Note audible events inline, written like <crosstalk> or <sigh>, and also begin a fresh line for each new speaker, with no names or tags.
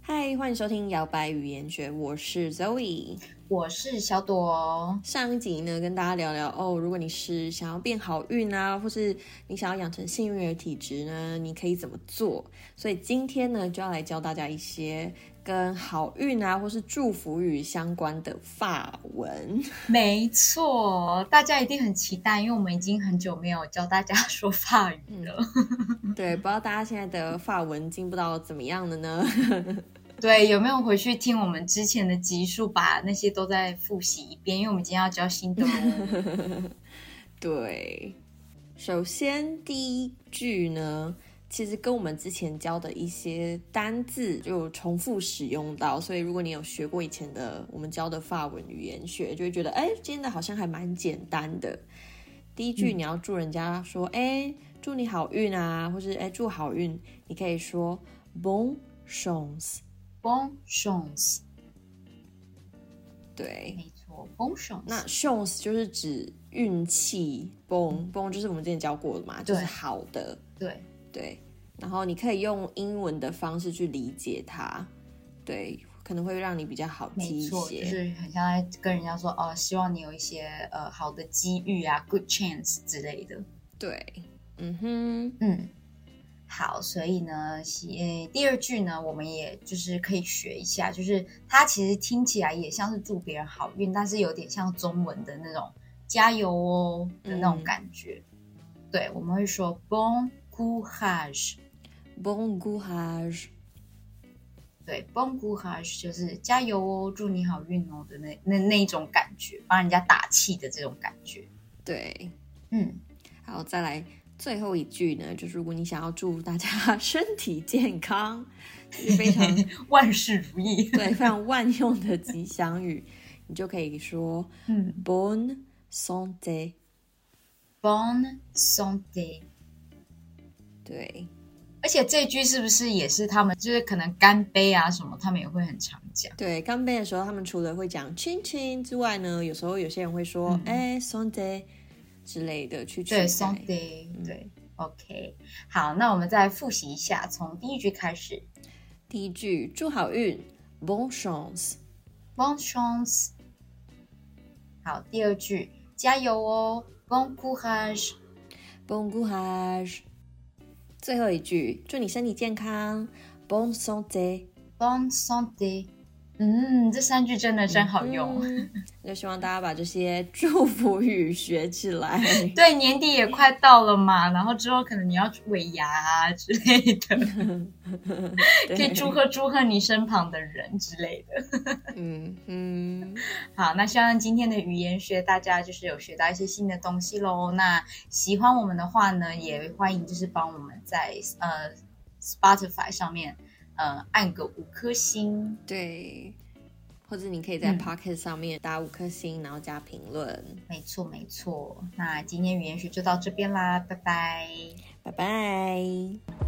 嗨，欢迎收听摇摆语言学，我是 Zoe。
我是小朵，哦
上一集呢，跟大家聊聊哦，如果你是想要变好运啊，或是你想要养成幸运儿体质呢，你可以怎么做？所以今天呢，就要来教大家一些跟好运啊，或是祝福语相关的法文。
没错，大家一定很期待，因为我们已经很久没有教大家说法语了。
对，不知道大家现在的法文进步到怎么样了呢？
对，有没有回去听我们之前的集数，把那些都再复习一遍？因为我们今天要教新的 <laughs> 哦。
对，首先第一句呢，其实跟我们之前教的一些单字就重复使用到，所以如果你有学过以前的我们教的法文语言学，就会觉得哎，今天的好像还蛮简单的。第一句你要祝人家说哎、祝你好运啊，或是哎祝好运，你可以说 Bon chance。
bon chance，
对，
没错，bon chance。
那 chance 就是指运气，bon bon 就是我们之前教过的嘛，就是
对
好的。
对，
对，然后你可以用英文的方式去理解它，对，可能会让你比较好记
没
一
错，
些。
就是很像在跟人家说哦，希望你有一些呃好的机遇啊，good chance 之类的。
对，嗯哼，
嗯，好，所以呢，其呃，第二句呢，我们也就是可以学一下，就是它其实听起来也像是祝别人好运，但是有点像中文的那种加油哦的那种
嗯
感觉。对，我们会说 bon courage，
，bon courage，
对，bon courage 就是加油哦，祝你好运哦的那那那一种感觉，帮人家打气的这种感觉。
对，
嗯，
好，再来最后一句呢，就是如果你想要祝大家身体健康， <laughs> 就是非常
<laughs> 万事如意。
对非常万用的吉祥语，你就可以说
嗯
bon santé，
，bon santé。
对。
而且这句是不是也是他们就是可能干杯啊什么，他们也会很常讲。
对，干杯的时候，他们除了会讲 “chin chin” 之外呢，有时候有些人会说
嗯
“哎、s o n d a y 之类的嗯去取代
对，Sunday，、对，OK。好，那我们再复习一下，从第一句开始
第一句“祝好运 ”（bon chance），
，Bon chance。好，第二句，加油哦，Bon courage。
bon courage。最后一句“祝你身体健康 ”（bon santé）。
Bon santé。嗯，这三句真的真好用。
嗯就希望大家把这些祝福语学起来。
<laughs> 对，年底也快到了嘛，然后之后可能你要尾牙啊之类的，
对
<laughs> 可以祝贺祝贺你身旁的人之类的。
嗯嗯，
好，那希望今天的语言学大家就是有学到一些新的东西喽。那喜欢我们的话呢，也欢迎就是帮我们在呃 Spotify 上面呃按个五颗星。
对。或者你可以在
嗯
Pocket 上面打五颗星，然后加评论。
没错，没错。那今天语言学就到这边啦，拜拜。
拜拜。